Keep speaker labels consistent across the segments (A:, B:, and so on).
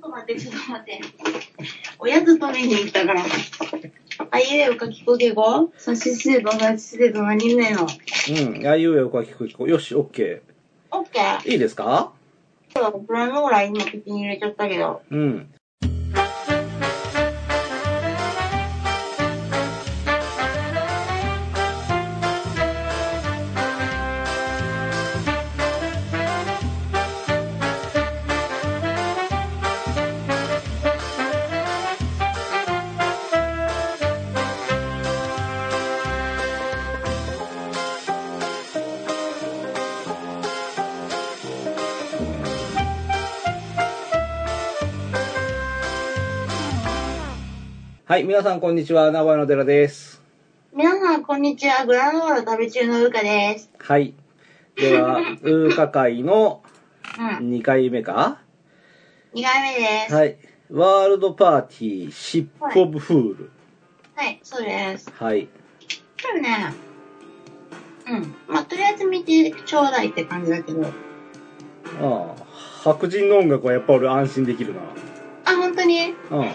A: と待って、ちょっと待って。おやつ食べに行ったから。あいうえおかきくけごさしすればさしすれば何めの。
B: うん。あいうえおかきくきこ。よし、オッケ
A: オッケー。
B: ー。いいですか
A: 今日はグラノーラ今口に入れちゃったけど。
B: うん。はい、皆さんこんにちは。名古屋の寺です。
A: 皆さん、こんにちは。グラノーラ食べ中のうかです。
B: はい。では、ウーカ会の
A: うん。
B: 2回目か
A: 2回目です。はい。
B: はい。ワールドパーティー、シップオブフール。
A: そうです。
B: はい。
A: 多分ね、うん。まあ、とりあえず見てちょうだいって感じだけど。
B: ああ、白人の音楽はやっぱ俺安心できるな。
A: あ、本当に
B: うん。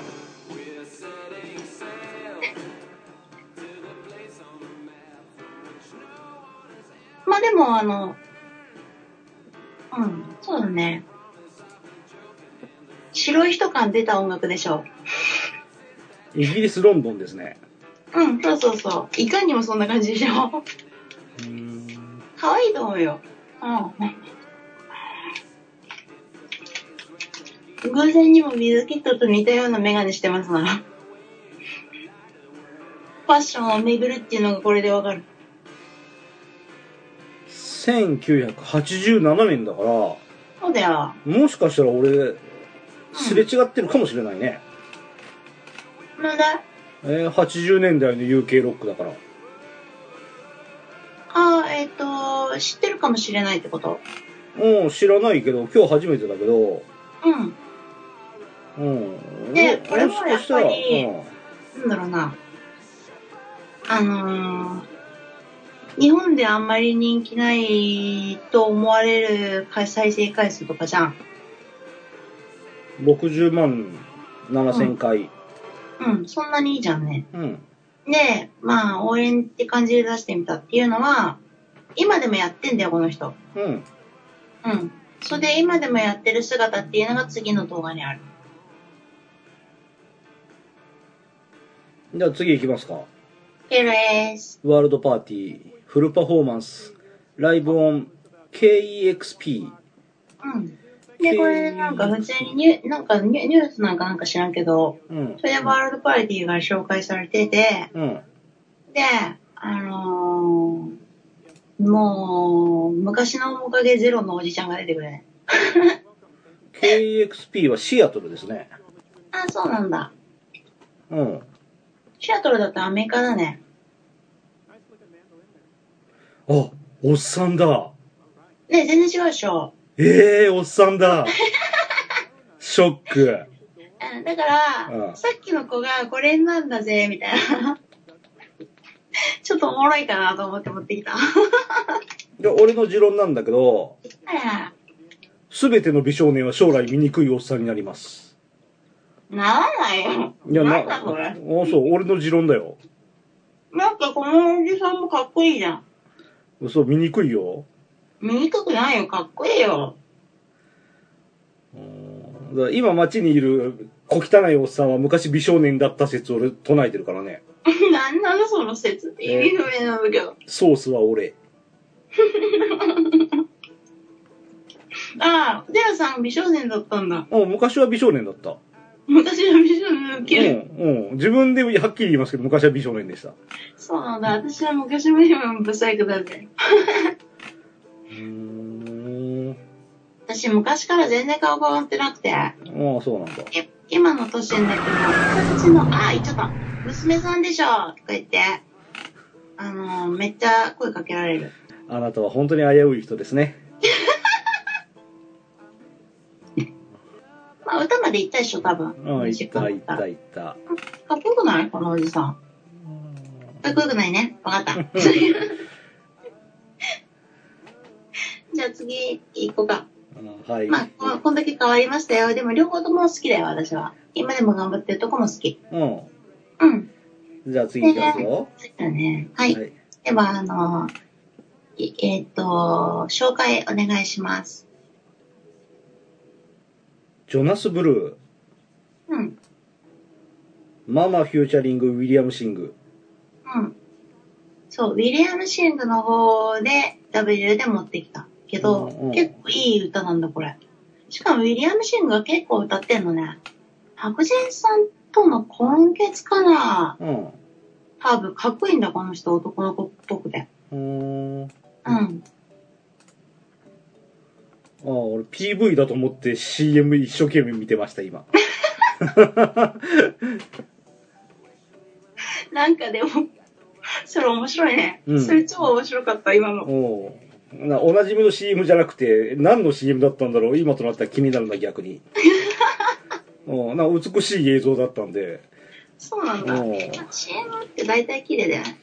A: まあ、でも、あの、うん、そうだね。白い人感出た音楽でしょ。
B: イギリス・ロンドンですね。
A: うん、そうそうそう。いかにもそんな感じでしょ。
B: うーん。
A: 可愛いと思うよ。うん。偶然にもビズキットと似たようなメガネしてますな。ファッションを巡るっていうのがこれでわかる。
B: 1987年だから、も
A: そうだよ。
B: しかしたら俺、すれ違ってるかもしれないね。
A: なんだ
B: えー、80年代の UK ロックだから。
A: ああ、えっ、と、知ってるかもしれないってこと
B: うん、知らないけど、今日初めてだけど、
A: うん。
B: うん。
A: ね
B: も
A: これもやっぱり
B: もしか
A: なんだろうな。あのー、日本であんまり人気ないと思われる再生回数とかじゃん。
B: したらうん、60万7000回。
A: うん、そんなにいいじゃんね。
B: うん。
A: で、まあ、応援って感じで出してみたっていうのは、今でもやってんだよ、この人。
B: うん。
A: うん。それで今でもやってる姿っていうのが次の動画にある。
B: じゃあ次行きますか。
A: ケルです。
B: ワールドパーティー、フルパフォーマンス、ライブオン、KEXP。
A: うん。
B: ケ
A: で、
B: イ
A: これなんか普通にニュなんかニュニュースなんかなんか知らんけど、
B: うん
A: そ。れでワールドパーティーが紹介されてて、
B: うん。
A: で、あのー、もう、昔の面影ゼロのおじちゃんが出てくるね。
B: KEXP はシアトルですね。
A: あ、そうなんだ。
B: うん。
A: シアトルだとアメリカだね。
B: あ、おっさんだ。
A: ね、全然違うでしょ。
B: ええー、おっさ んだ。ショック。
A: うんだから、
B: うん
A: さっきの子がこれなんだぜ、みたいな。 ちょっとおもろいかなと思って持ってきた。
B: で俺の持論なんだけど、すべての美少年は将来醜いおっさんになります。
A: ならないよ。
B: いや、
A: な
B: な、
A: んだこれ。
B: あそう、俺の持論だよ。
A: なんかこのおじさんもかっこいいじゃん。
B: 嘘、醜いよ。
A: 醜くないよ、かっこいいよ。
B: うんだから今街にいる小汚いおっさんは昔美少年だった説を俺唱えてるからね。
A: なんなのその説って意味不明なんだけど。
B: ソースは俺。
A: ああ、ゼロさん美少年だったんだ。
B: うん、昔は美少年だった。
A: 昔の美少年の
B: う
A: キ
B: ん
A: る、
B: うん。自分ではっきり言いますけど、昔は美少年でした。
A: そうなんだ。私は昔も今もブサイクだぜ。
B: うーん。
A: 私昔から全然顔が変わってなくて。
B: ああ、そうなんだ。
A: え今の年になっても、うちの、あ、言っちゃった。娘さんでしょとか言って、あの、めっちゃ声かけられる。
B: あなたは本当に危うい人ですね。
A: まあ、歌まで行ったでしょ、多分。
B: うん、いった、いっ、
A: かったこ
B: いった。
A: よくないこのおじさん。かっこよくないね。わかった。 じゃあ次、行こうか。
B: うんはい。
A: まあこ、こんだけ変わりましたよ。でも両方とも好きだよ、私は。今でも頑張ってるとこも好き。
B: う
A: うん。
B: ん。じゃあ次いきますよ。
A: 好きだね。はい。
B: はい
A: では、あの、いえっ、と、紹介お願いします。
B: ジョナス・ブルー、
A: うん。
B: ママフューチャリング、ウィリアム・シング。
A: うん。そう、ウィリアム・シングの方で W で持ってきたけど、
B: うんうん
A: 結構いい歌なんだ、これ。しかもウィリアム・シングが結構歌ってんのね。白人さんとの根血かな
B: うん。う
A: 多分かっこいいんだ、この人、男の子っぽくて。
B: ーん。あ
A: うん。
B: あ、俺 PV だと思って CM 一生懸命見てました、 今。
A: なんかでも、それ面白いね。
B: うん
A: それ超面白かった、今の。
B: おうなおなじみの CM じゃなくて、何の CM だったんだろう今となったら気になるな、逆 に。おうな美しい映像だったんで。
A: そうなんだ。
B: おう
A: CM って大体綺麗だよね。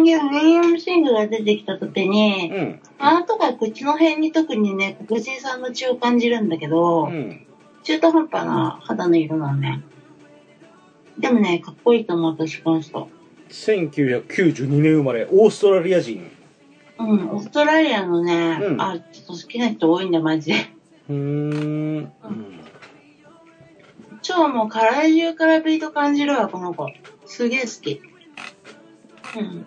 A: んで、ウィリアム・シングが出てきた時に、
B: うん。
A: 鼻とか口の辺に特にね、黒人さんの血を感じるんだけど、
B: うん。
A: 中途半端な肌の色なのね。でもね、かっこいいと思う、私、この人。
B: 1992年生まれ、オーストラリア人。
A: うん、オーストラリアのね、
B: うん
A: あ、ちょっと好きな人多いんだよ、マジで。
B: うーん。うん
A: 超もう体中からビート感じるわ、この子。すげえ好き。うん。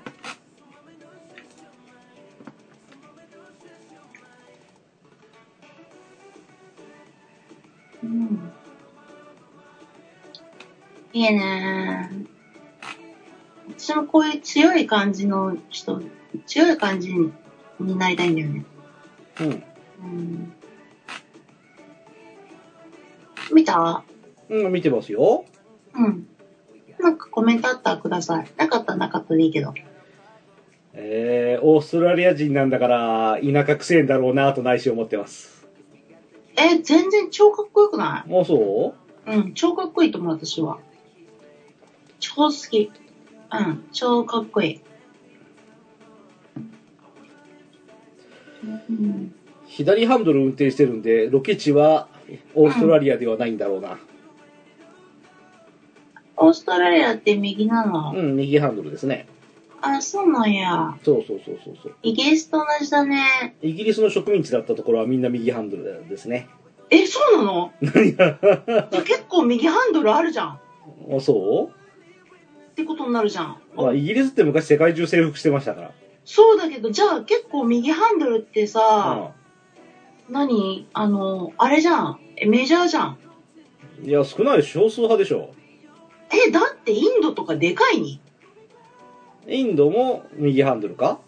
A: うん。いいね私もこういう強い感じの人、強い感じにになりたいんだよね。
B: うん。
A: うん見た
B: うん、見てますよ。
A: うん。なんかコメントあったらください。なかったらなかったでいいけど。
B: えー、オーストラリア人なんだから、田舎くせえんだろうなと内心思ってます。
A: え、全然超かっこよくな
B: あ、そ
A: いうん、超かっこいいと思う、私は。超好き。うん、超かっこいい。うん、
B: う左ハンドル運転してるんで、ロケ地はオーストラリアではないんだろうな。
A: オーストラリアって右なの、
B: うん、右ハンドルですね。
A: あ、そうなんや。
B: そうそうそうそうそう。
A: イギリスと同じだね。
B: イギリスの植民地だったところはみんな右ハンドルですね。
A: え、そうなのじゃあ結構右ハンドルあるじゃん。
B: あ、そ
A: ってことになるじゃん。
B: うまあ、イギリスって昔世界中征服してましたから。
A: そうだけど、じゃあ結構右ハンドルってさ、
B: う
A: 何あの、あれじゃん。え、メジャーじゃん。
B: んいや、少ない少数派でしょ。
A: え、だってインドとかでかいに。
B: インドも右ハンドルか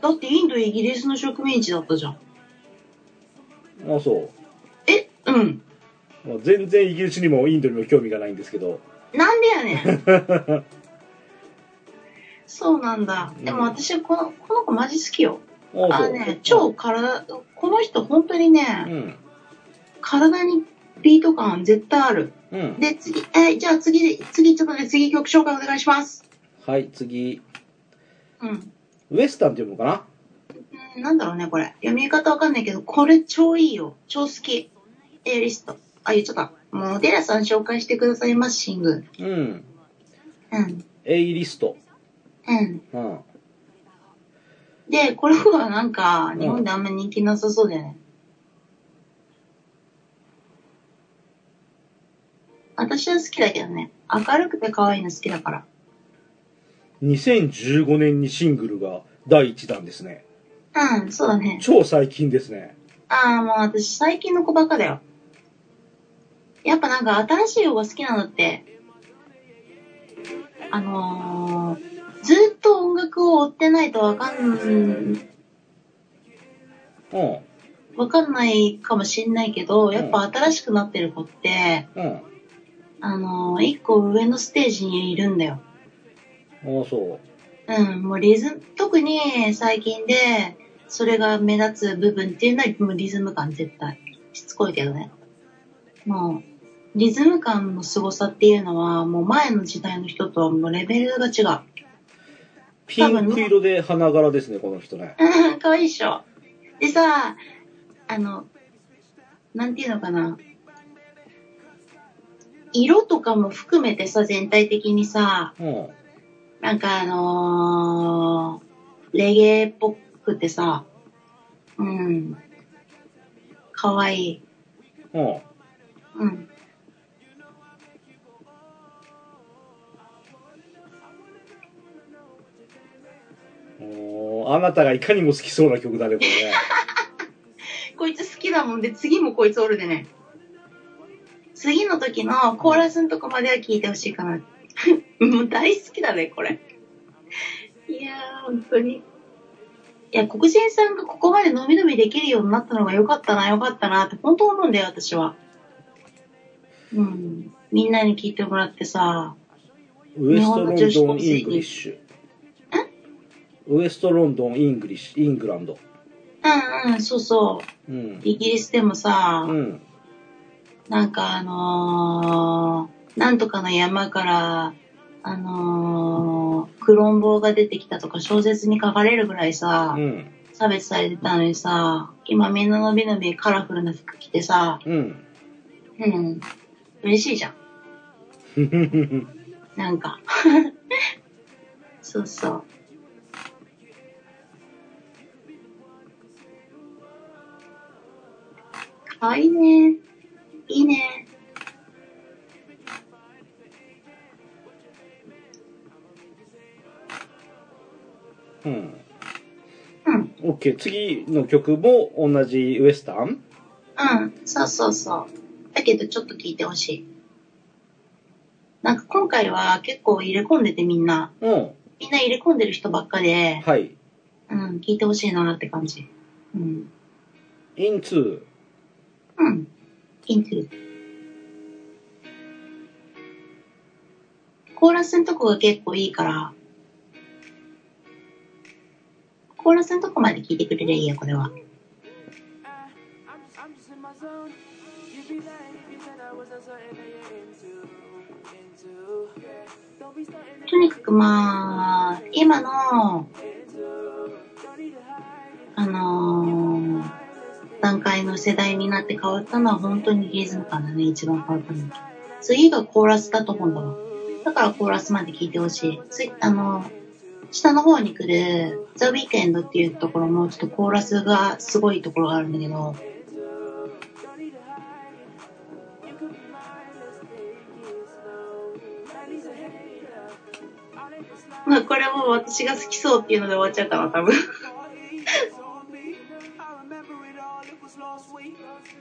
A: だってインド、イギリスの植民地だったじゃん。
B: あ、そう。
A: え、うん。
B: まあ全然イギリスにもインドにも興味がないんですけど。
A: なんでやねん。 そうなんだ。でも私はこの、この子マジ好きよ。
B: あ、そう。
A: あのね、超体、この人本当に
B: う
A: ね、
B: ん。
A: 体にビート感絶対ある。
B: うん。
A: で、次、え、じゃあ次、次、ちょっとね、次曲紹介お願いします。
B: はい、次。
A: うん。
B: ウエスタンって読むのか
A: うんなんだろうね、これ。読み方わかんないけど、これ超いいよ。超好き。エアリスト。あ、言っちゃった。もう、デラさん紹介してくださいます、シング。
B: なうん。
A: うん。
B: エイリスト。
A: うん。
B: うん。
A: で、これはなんか
B: う、ん
A: 日本であんま人気なさそうだよね。私は好きだけどね。明るくて可愛いの好きだから。
B: 2015年にシングルが第1弾ですね。
A: うん、そうだね。
B: 超最近ですね。
A: ああ、もう私最近の子ばっかだよ。やっぱなんか新しい方が好きなんだって。あのー、ずっと音楽を追ってないとわかん、
B: うん。
A: わかんないかもしんないけど、やっぱ新しくなってる子って、
B: うん。あ
A: あのー、一個上のステージにいるんだよ。
B: あ、そう。
A: うん、もうリズム、特に最近で、それが目立つ部分っていうのは、もうリズム感絶対。しつこいけどね。もう、リズム感の凄さっていうのは、もう前の時代の人とはもうレベルが違う。
B: ピンク色で花柄ですね、この人 ね。
A: うん、かわいいっしょ。でさ、あの、なんていうのかな。色とかも含めてさ、全体的にさ、
B: うん。
A: なんかあのーレゲエっぽくてさ、うん。かわいい。
B: うん。
A: うん。
B: おーあなたがいかにも好きそうな曲だね、これ ね。
A: こいつ好きだもんで、次もこいつおるでね。次の時のコーラスのとこまでは聞いてほしいかな。 もう大好きだね、これ。いやー、本当に。いや、黒人さんがここまでのびのびできるようになったのが良かったな、良かったなって、本当思うんだよ、私は。うん。みんなに聞いてもらってさ、
B: ウエストロンドン・イングリッシュ。ウエストロンドン・イングリッシュ、イングランド。
A: うんうん、そうそう。
B: うん。
A: イギリスでもさ、
B: うん。
A: なんかあのー、なんとかの山から、あのー、クロンボウが出てきたとか小説に書かれるぐらいさ
B: う、ん。
A: 差別されてたのにさ、今みんなのびのびカラフルな服着てさ、
B: うん。
A: うん、嬉しいじゃん。なんか。 そうそう。かわいいね。いいね。
B: うん。
A: うん。
B: オッケー。次の曲も同じウエスタン
A: うん、そうそうそう。だけどちょっと聞いてほしい。なんか今回は結構入れ込んでてみんな。
B: うん。
A: みんな入れ込んでる人ばっかで、
B: はい。
A: うん、聞いてほしいなって感じ。うん。
B: into
A: うん。イントゥ。コーラスのとこが結構いいから、コーラスのとこまで聞いてくれりゃいいよ、これは。
C: Uh, I'm, I'm just in my zone. You'd be lying if you said I wasn't certain that you're into, into. Don't be starting
A: とにかくまあ、今の、
C: into. Don't need to hide
A: あのー、段階の世代になって変わったのは本当にリズム感だね、一番変わったの。次がコーラスだと思うんだわ。だからコーラスまで聞いてほしい。次、あのー、下の方に来るザ・ウィークエンドっていうところもちょっとコーラスがすごいところがあるんだけど、
C: into. Don't need to hide. You could be mine. Let's take it slow. At least I hate her. All in this life.
A: まあこれも私が好きそうっていうので終わっちゃうかな、多分。
C: It's on me. I remember it all, it was last week.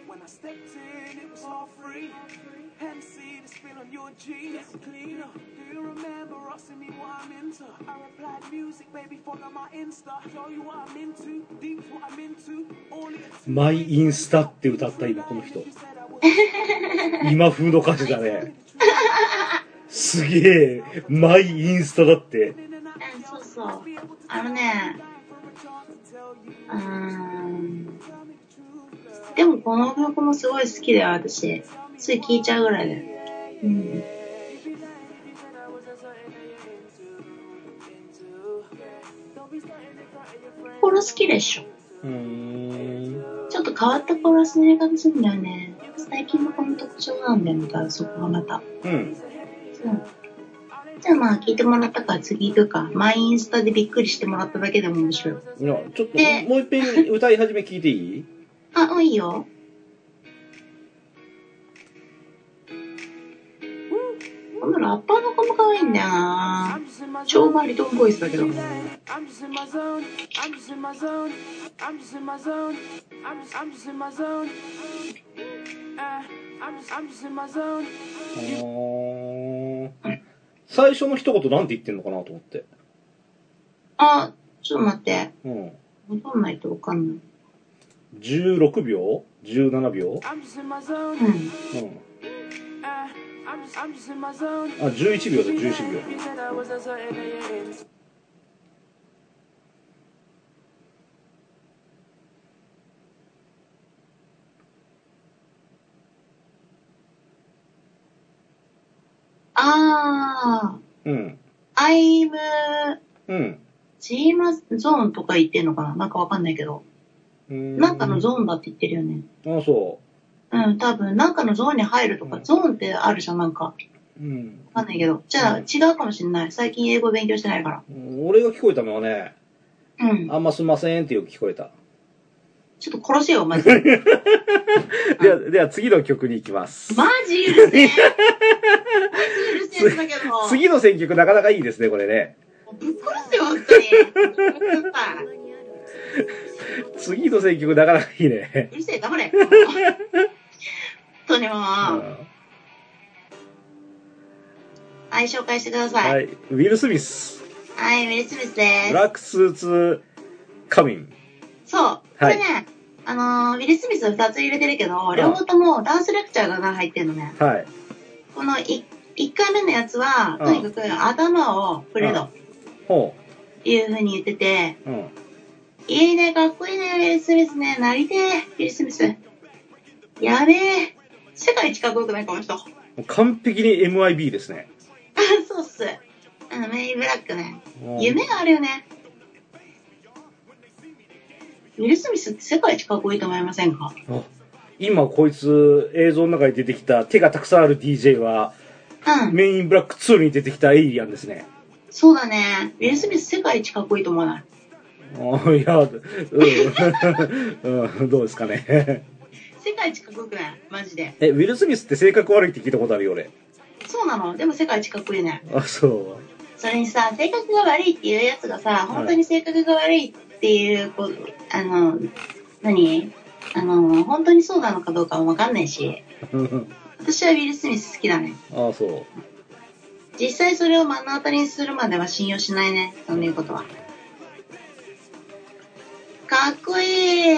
C: When I stepped in, it was all free. MC, the spill on your jeans. Cleaner, do you remember asking me what I'm into? I replied, music, baby, follow my Insta. Show you what I'm into, deep what I'm into. All it
B: マイインスタって歌った今この人。 今風の歌詞だね。すげえ、マイインスタだって。
A: うん、そうそう。あのね、うーん。でもこの曲もすごい好きだよ、私。つい聴いちゃうぐらいだよ。うん。コーラス好きでしょ。
B: うーん。
A: ちょっと変わったコーラスの入れ方するんだよね。最近のこの特徴なんだよね、だからそこがまた。
B: うん。
A: うん。じゃあまあ聞いてもらったから次行くか。マイインスタでびっくりしてもらっただけでも面白い。
B: いや、ちょっと、
A: で
B: もう一遍歌い始め聞いていい
A: あ、うんいいよ。このラッパーの子も可愛いんだよな超マリトンボイスだけど。
C: I'm just in my zone. I'm just in my zone. I'm just in my zone. I'm just, I'm just in my zone. Uh, I'm just, I'm just in my zone.
B: あー最初の一言なんて言ってんのかなと思って。
A: あ、ちょっと待って。
B: うん。
A: 戻んないとわかんない。
B: 16秒 ?17 秒
C: I'm just in my zone.
A: うん。
B: うん。
C: Uh, I'm just, I'm just in my zone.
B: あ、11秒だ、11秒。
C: You said I wasn't certain that you're into.
A: あー、
B: うん。
A: I'm
B: うん。
A: ジーマゾーンとか言ってんのかななんかわかんないけど。な
B: なん
A: かのゾーンだって言ってるよね。
B: ーン。あ、そ
A: うん、多分、なんかのゾーンに入ると
B: う
A: か、
B: ん
A: ゾーンってあるじゃん、なんか。
B: う。うん。
A: わかんないけど。じゃあ、
B: うん
A: 違うかもしんない。最近英語勉強してないか
B: 俺が聞こえたのはね、
A: ら。うん。
B: あんますんませんってよく聞こえた。
A: ちょっと殺せよ、マジ で。
B: では、では次の曲に行きます。
A: マジ許せんマジ許せんだけど。
B: 次の選曲なかなかいいですね、これね。
A: もうぶっ殺せよ、本当に。 やっぱ
B: 次の選曲なかなかいいね。
A: うるせえ、黙 れ。本当にもう、
B: は
A: はい、紹介してください。
B: い。ウィル・スミス、
A: はい、ウィル・スミス
B: ブ
A: で
B: ラックスーツ・カミン。
A: す。そう、これね、あのー、ウィル・スミス2つ入れてるけど、両方ともダンスレクチャーがな入ってるのね。
B: はい。
A: この1回目のやつは、
B: うん
A: とにかく頭を振れと
B: ほ
A: いうふうに言ってて、
B: う。うん。
A: いいね、かっこいいね、ウィル・スミスね、なりてえ、ウィル・スミス。やべえ、世界一かっこよくない、この人。 あ
B: 完璧に MIB ですね。
A: そうっす。あの、メイ・ブラックね。
B: うん
A: 夢があるよね。ウィル・スミスって世界一かっこいいと思いませんか
B: あ今こいつ映像の中に出てきた手がたくさんある DJ は
A: うん。
B: メインブラック2に出てきたエイリアンですね。
A: そうだね。ウィル・スミス世界一かっこいいと思わない。
B: あいや、うん、 うん、どうですかね。
A: 世界一かっこよくないマジで。
B: え、ウィル・スミスって性格悪いって聞いたことあるよ、俺。
A: そうなの。でも世界一かっこいいね。
B: あ、そ
A: それにさ、性格が悪いっていうやつがさ、本当に性格が悪いっていう、こう、あの、何あの、本当にそうなのかどうかもわかんないし、
B: う。
A: 私はウィル・スミス好きだね。
B: あ、そう。
A: 実際それを目の当たりにするまでは信用しないねそんなことはかっこいい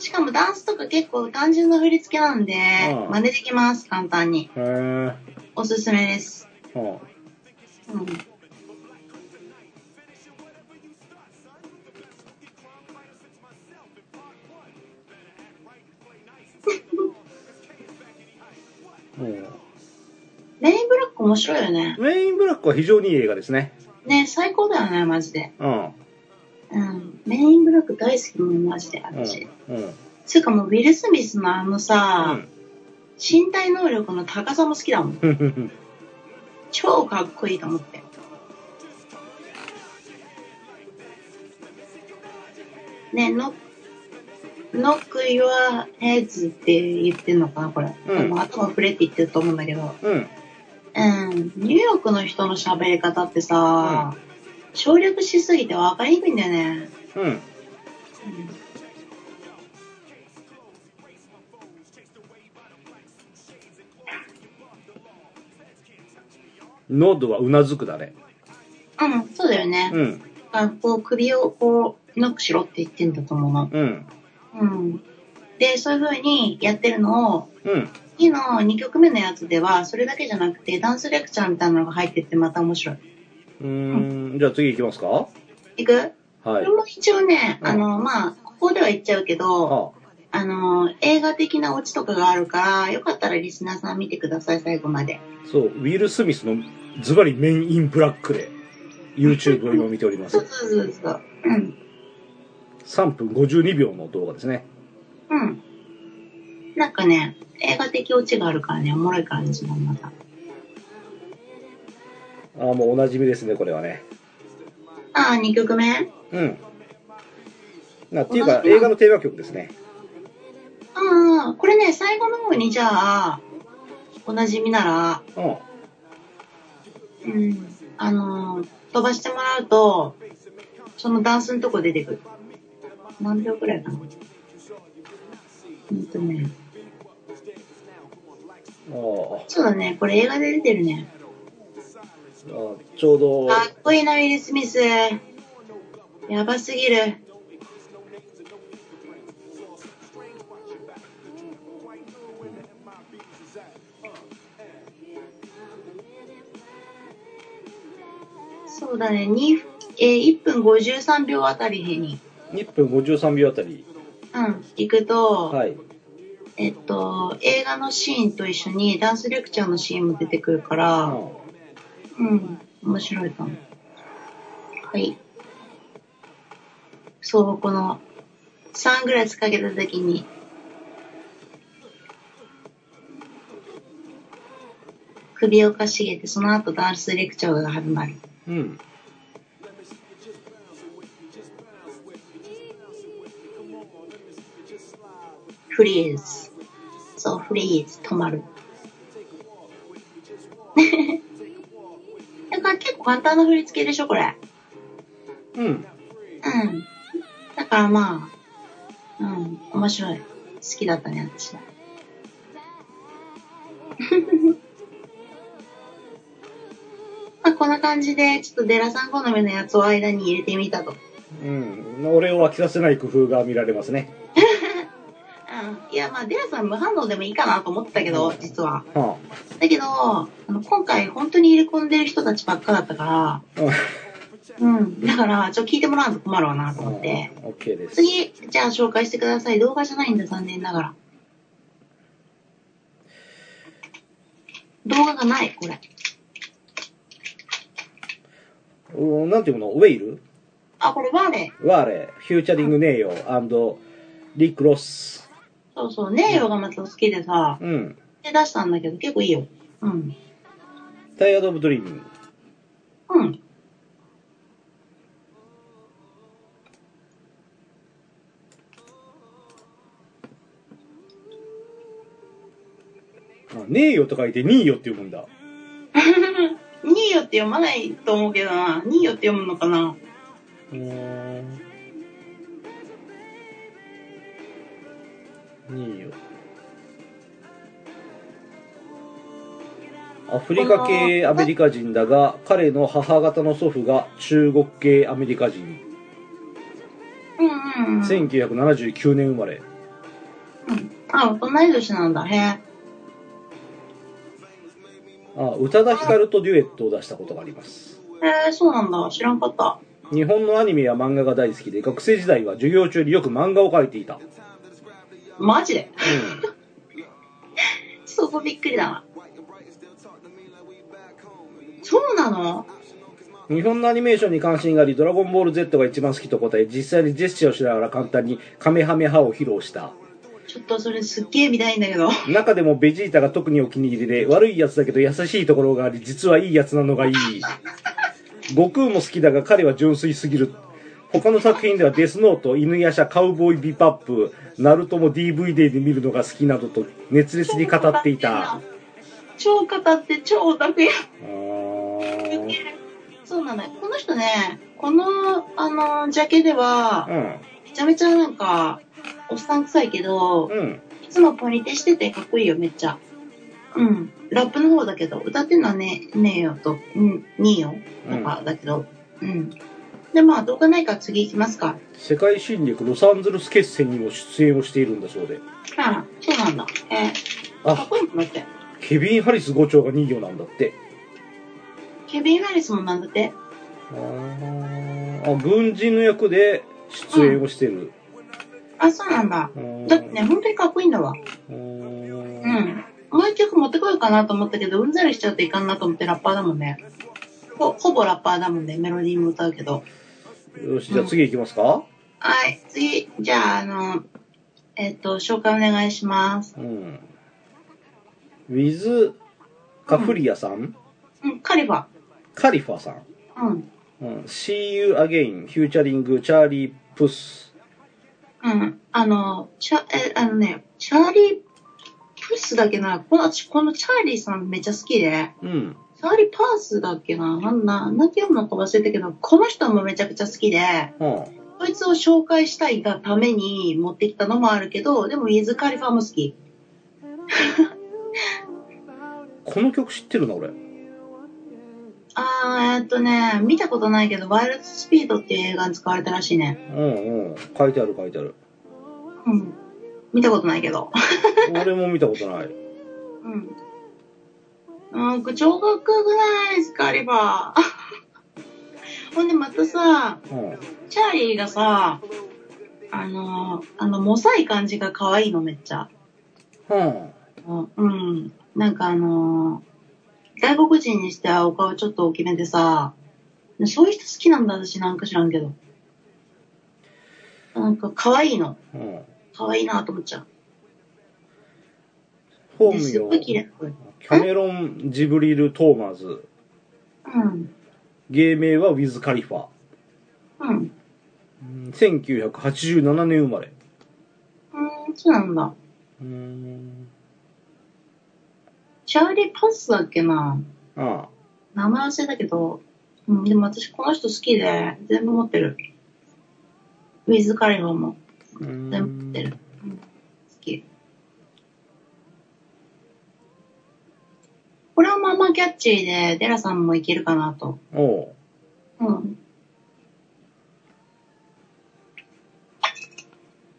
A: しかもダンスとか結構単純な振り付けなんで
B: うん
A: 真似できます簡単に
B: へえ。
A: おすすめです、
B: うん
A: うん、
B: うん
A: メインブラック面白いよね
B: メインブラックは非常にいい映画ですね。
A: ね最高だよねマジで
B: うん。
A: うんメインブラック大好きもんマジで
B: うん。
A: 私、
B: うん。
A: つうかもうウィル・スミスのあの
B: う
A: さ、
B: ん
A: 身体能力の高さも好きだもん
B: ふんふんふん。
A: 超かっこいいと思ってねノノック・ユア・ヘッズって言ってんのかなこれ、
B: うん
A: あの頭触れって言ってると思うんだけど
B: うん。
A: うんニューヨークの人の喋り方ってさ、省略しすぎて分かりにくいんだよね、
B: うん。ノードはうなずくだね。
A: うん、うん、そうだよね、
B: うん。
A: あこう首をこうノックしろって言ってんだと思うの
B: うん。
A: うんでそういう風にやってるのを
B: うん。
A: 次の2曲目のやつではそれだけじゃなくてダンスレクチャーみたいなのが入ってってまた面白いう
B: ーん。じゃあ次行きますか
A: いくこ
B: はい
A: れ。も一応ね
B: うん
A: あのまあここでは言っちゃうけど
B: あ
A: あの映画的なオチとかがあるからよかったらリスナーさん見てください最後まで
B: そう、ウィル・スミスのズバリメイン・イン・ブラックで YouTube を今見ておりま
A: そう
B: す。
A: そうそうそううん
B: 3分52秒の動画ですね。
A: うんなんかね映画的オチがあるからねおもろい感じのまた
B: ああ、もうおなじみですね、これはね。
A: ああ2曲目
B: うん。なっていうか、映画のテーマ曲ですね。
A: ああこれね最後の方にじゃあおなじみなら
B: うん。
A: うんあのー飛ばしてもらうと、そのダンスのとこ出てくる。何秒くらいかな。うんとね、
B: ああ。
A: そうだね、これ映画で出てるね。
B: あちょうど、
A: かっこいいな、ウィル・スミス。やばすぎる。そうだね、にえー1分53秒あたりに、
B: 1分53秒あたり。
A: うん、行くと、
B: はい。
A: えっと、映画のシーンと一緒にダンスレクチャーのシーンも出てくるか
B: う
A: ら、
B: ん
A: うん、面白いかも。はい。そう、この、サングラスかけた時に、首をかしげて、その後ダンスレクチャーが始まる。
B: うん。
A: フリーズ。そう、フリーズ、止まる。 だから結構簡単な振り付けでしょ、これ。
B: うん。
A: うん。だからまあ、うん、面白い。好きだったね、私は。 まあ、こんな感じで、ちょっとデラさん好みのやつを間に入れてみたと。
B: うん。俺を飽きさせない工夫が見られますね。
A: うん。いや、まあ、デラさん無反応でもいいかなと思ったけど、実は。
B: は
A: だけど、あの今回本当に入れ込んでる人たちばっかだったから、
B: あ。うん。
A: うん。だから、ちょっと聞いてもらうと困るわなと思って。
B: オッケーです。
A: 次、じゃあ紹介してください。動画じゃないんだ、残念ながら。動画がない、これ。
B: うんなんていうのウェイル
A: あ、これバーレー。
B: ワーレ、フューチャリングネイヨーリック・ロス。
A: そうそう、ネイヨがまた好きでさ、
B: うん。
A: で出したんだけど、結構いいよ。うん。
B: タイアード・オブ・ドリーム。
A: うん。
B: あネイヨと書いてニーヨって読むんだ。
A: ニーヨって読まないと思うけどな。ニーヨって読むのかな。
B: うーん。ニーヨ。アフリカ系アメリカ人だが、彼の母方の祖父が中国系アメリカ人。
A: うんうんうん。
B: 1979年生まれ。
A: あ、同い年なんだ。へえ。
B: あ、宇多田ヒカルとデュエットを出したことがあります。
A: へえ、そうなんだ。知らんかった。
B: 日本のアニメや漫画が大好きで学生時代は授業中によく漫画を描いていた、
A: マジで。そこびっくりだわ。そうなの
B: うん、日本のアニメーションに関心があり「ドラゴンボール Z」が一番好きと答え実際にジェスチャーをしながら簡単にカメハメハを披露した
A: ちょっとそれすっげえ見たいんだけど。
B: 中でもベジータが特にお気に入りで悪いやつだけど優しいところがあり実はいいやつなのがいい悟空も好きだが彼は純粋すぎる他の作品ではデスノート、犬夜叉、カウボーイビパップ、ナルトも DVD で見るのが好きなどと熱烈に語っていた。。
A: 超語って超オタクや。
B: あー
A: そうなのよ。この人ね、この、あの、ジャケでは、めちゃめちゃなんか、おっさん臭いけど
B: う、ん。うん。
A: いつもポニテしててかっこいいよ、めっちゃ。うん。ラップの方だけど、歌ってんのはね、ねえよと、うん、にーよとかだけど、うん。で、まあ、動画ないから次行きますか。
B: 世界侵略ロサンゼルス決戦にも出演をしているんだそうで。
A: あ、そうなんだ。えーかっ
B: あ、
A: こいいもんだって。
B: ケビン・ハリス伍長が2行なんだって。
A: ケビン・ハリスもなんだって。
B: あ、軍人の役で出演をしてる。
A: あ、そうなんだ。だってね、本当にかっこいいんだわ。
B: うん
A: うん。もう一曲持ってこようかなと思ったけど、うんざりしちゃっていかんなと思ってラッパーだもんね。ほほぼラッパーだもんね、メロディーも歌うけど。
B: よし、じゃあ次行きますか。
A: はい、次、じゃあ、あの、えっ、と、紹介お願いします。
B: うん。ウィズ・カフリアさん、
A: うん、カリファ。
B: カリファさん、
A: うん。
B: うん、See You Again、フューチャリング、チャーリー・プス。
A: うん。あの、チャ、え、あのね、チャーリー・プスだっけな、この、私、このチャーリーさんめっちゃ好きで、
B: うん。
A: チャーリー・パースだっけな、なんな、なんて読むのか忘れたけど、この人もめちゃくちゃ好きで、
B: は
A: こいつを紹介したいがために持ってきたのもあるけど、でも、イズ・カリファも好き。
B: あ、この曲知ってるな、俺。
A: あー、えっとね、見たことないけど、ワイルド・スピードっていう映画に使われたらしいね。
B: うんうん。書いてある書いて ある。
A: うん。見たことないけど。
B: 俺も見たことない。
A: うん。うん、小学ぐらい、カリファ。 ほんで、またさ、
B: うん。
A: チャーリーがさ、あの、あの、もさい感じが可愛いの、めっちゃ。
B: は
A: うん。なんかあのー外国人にしてはお顔ちょっと大きめでさ、そういう人好きなんだ私なんか知らんけど。なんか可愛いの。
B: うん。
A: 可愛いなと思っちゃう。
B: 本
A: ですっごい綺
B: 名、
A: 麗。これ
B: キャメロン・ジブリル・トーマーズ。
A: うん。
B: 芸名はウィズ・カリファ。
A: うん。
B: うん1987年生まれ。
A: うん、そうなんだ。
B: うん。
A: チャーリー・パンスだっけな。
B: ああ。
A: 名前忘れたけど。うん、でも私この人好きで、全部持ってる。ウィズ・カリファも
B: う
A: 全部持
B: ん
A: ってる。うん、好き。これはまあまあキャッチーで、デラさんもいけるかなと。
B: おう。
A: うん。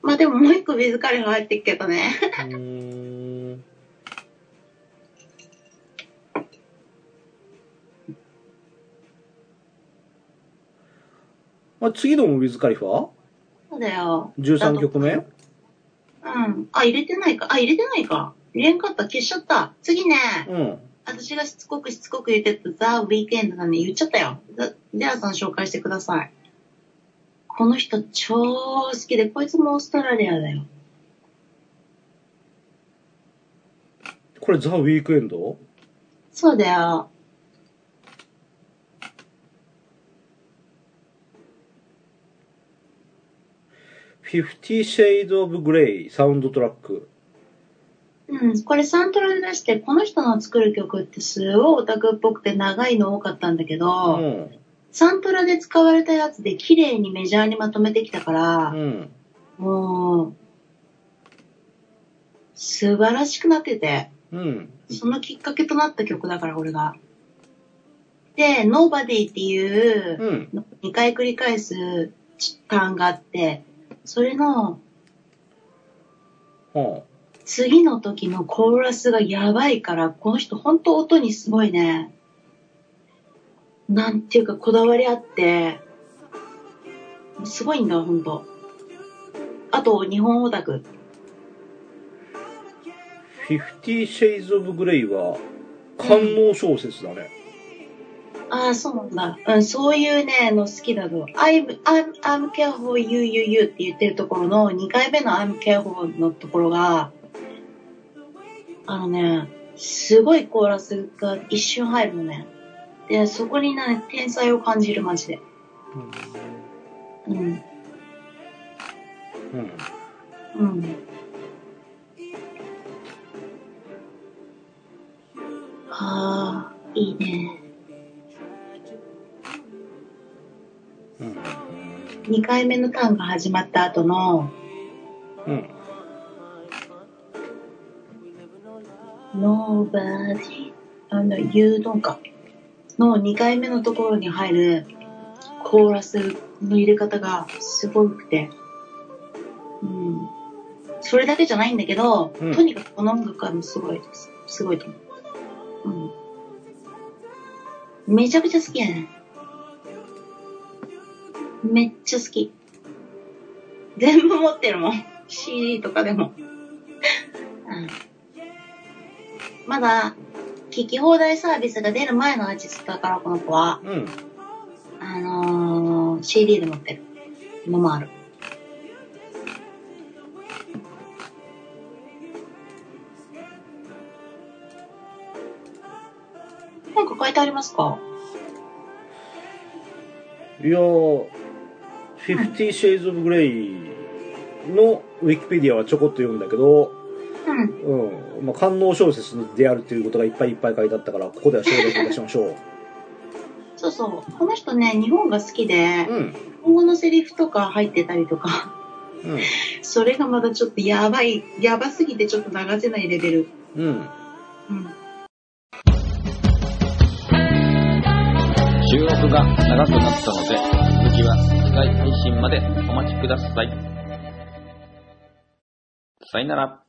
A: まあでももう一個ビズカリファ入ってっけどね。
B: うん。あ、次のもウィズ・カリファ
A: そうだよ。
B: ?13 曲目
A: うん。あ、入れてないか。あ、入れてないか。入れんかった。消しちゃった。次ね。
B: うん。
A: 私がしつこくしつこく言ってたザ・ウィークエンドなんで言っちゃったよ。ザデラさん紹介してください。この人超好きで、こいつもオーストラリアだよ。
B: これザ・ウィークエンド
A: そうだよ。
B: ?Fifty Shades of Grey サウンドトラック。
A: うん、これサントラで出して、この人の作る曲ってすごいオタクっぽくて長いの多かったんだけ
B: う
A: ど、
B: ん。
A: サントラで使われたやつで綺麗にメジャーにまとめてきたか
B: う
A: ら、
B: ん。
A: もう、素晴らしくなってて、
B: うん。
A: そのきっかけとなった曲だから、俺が。で、Nobody っていう、
B: うん。
A: 2回繰り返す単があって、それの
B: は
A: 次の時のコーラスがやばいから、この人ほんと音にすごいね、なんていうかこだわりあって、すごいんだわ、ほんと。あと、日本オタク。
B: あ。Fifty Shades of Grey は、官能小説だね。
A: ああ、そうなんだ。うん、そういうね、の好きだぞ。I'm, I'm, I'm careful, you, you, you って言ってるところの2回目の I'm careful のところが、あのね、すごいコーラスが一瞬入るのね。で、そこにね、天才を感じる、マジで。うん。
B: うん。
A: うん。ああ、いいね。
B: うん。
A: 2回目のターンが始まった後の、
B: うん。
A: Nobody あの誘導かの2回目のところに入るコーラスの入れ方がすごくて、うん、それだけじゃないんだけど、
B: うん
A: とにかくこの音楽はもうすごいですすごいと思う、うん、めちゃくちゃ好きやねめっちゃ好き全部持ってるもん CD とかでも、 うんまだ聞き放題サービスが出る前のアーティストだから、この子は。
B: うん。
A: あのー、CD で持ってるのもある。なんか書いてありますか
B: いやー、Fifty Shades of Grey のウィキペディアはちょこっと読んだけど、
A: うん。
B: うん。まあ、官能小説であるということがいっぱいいっぱい書いてあったから、ここでは小説出しましょう。
A: そうそう。この人ね、日本が好きで、
B: うん。
A: 日本語のセリフとか入ってたりとか、
B: うん。
A: それがまだちょっとやばい、やばすぎてちょっと流せないレベル。
B: うん。
A: うん。
D: 収録が長くなったので、続きは次回配信までお待ちください。さよなら。